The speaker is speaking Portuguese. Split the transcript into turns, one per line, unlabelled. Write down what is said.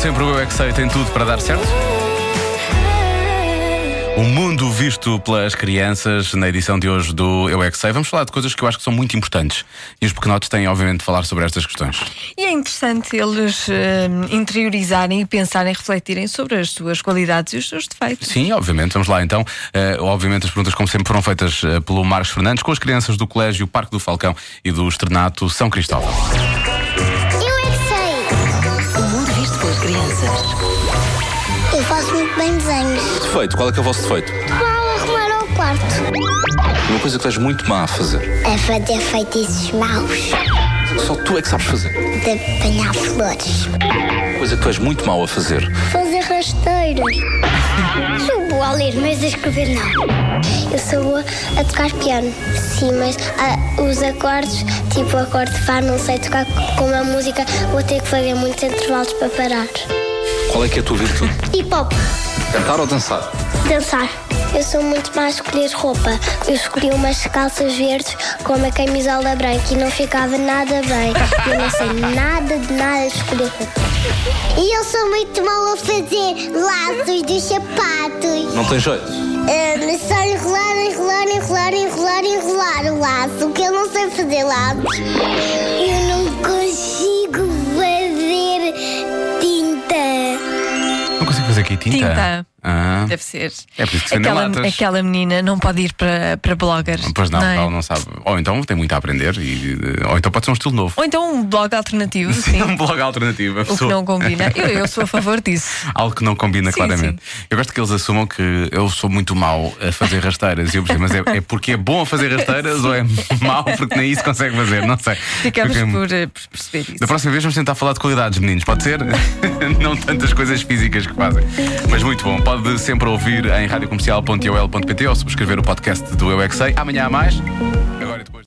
sempre o Eu é que sei, tem tudo para dar certo. O mundo visto pelas crianças na edição de hoje do Eu é que sei. Vamos falar de coisas que eu acho que são muito importantes. E os pequenotes têm, obviamente, de falar sobre estas questões.
E é interessante eles eh, interiorizarem e pensarem, refletirem sobre as suas qualidades e os seus defeitos.
Sim, obviamente. Vamos lá então. Eh, obviamente, as perguntas, como sempre, foram feitas eh, pelo Marcos Fernandes com as crianças do Colégio Parque do Falcão e do Externato São Cristóvão.
Eu é que sei.
O mundo visto pelas crianças.
Eu faço muito bem desenhos.
Defeito, qual é que é o vosso defeito?
Vou arrumar ao quarto.
Uma coisa que tu és muito má a fazer.
A fazer feitiços maus.
Só tu é que sabes fazer.
De apanhar flores.
Uma coisa que tu és muito mal a fazer.
Fazer rasteiros. Sou boa a ler, mas a escrever não. Eu sou boa a tocar piano. Sim, mas ah, os acordes, tipo o acorde de Fá, não sei tocar com uma música. Vou ter que fazer muitos intervalos para parar.
Qual é que é a tua virtude?
Hip hop.
Cantar ou dançar?
Dançar. Eu sou muito má a escolher roupa. Eu escolhi umas calças verdes com uma camisola branca e não ficava nada bem. Eu não sei nada de nada de escolher roupa. E eu sou muito mal a fazer laços dos sapatos. Ah,
Não tem jeito.
só enrolar, enrolar, enrolar, enrolar, enrolar o laço, que eu não sei fazer laços. Eu não consigo fazer tinta.
Não consigo fazer aqui tinta.
Tinta.
Ah.
Deve ser.
É por isso que se vendem
aquela,
latas.
aquela menina não pode ir para, para bloggers.
Pois não,
é?
ela não sabe. Ou então tem muito a aprender, e, eh, ou então pode ser um estilo novo.
Ou então um blog alternativo, sim.
um blog alternativo. a
o que
pessoa-
não combina. Eu, eu sou a favor disso.
Algo que não combina
Sim,
claramente. Eu gosto que eles assumam que eu sou muito mau a fazer rasteiras. E eu percebo, mas é, é porque é bom a fazer rasteiras ou é mau porque nem isso consegue fazer? Não sei.
Ficamos
Porque- é
por, eh, por perceber isso.
Da próxima vez vamos tentar falar de qualidades, meninos, pode ser? Não tantas coisas físicas que fazem. Mas muito bom. Pode sempre ouvir em radiocomercial.ol.pt ou subscrever o podcast do Eu é Que Sei. Amanhã há mais. Agora e depois.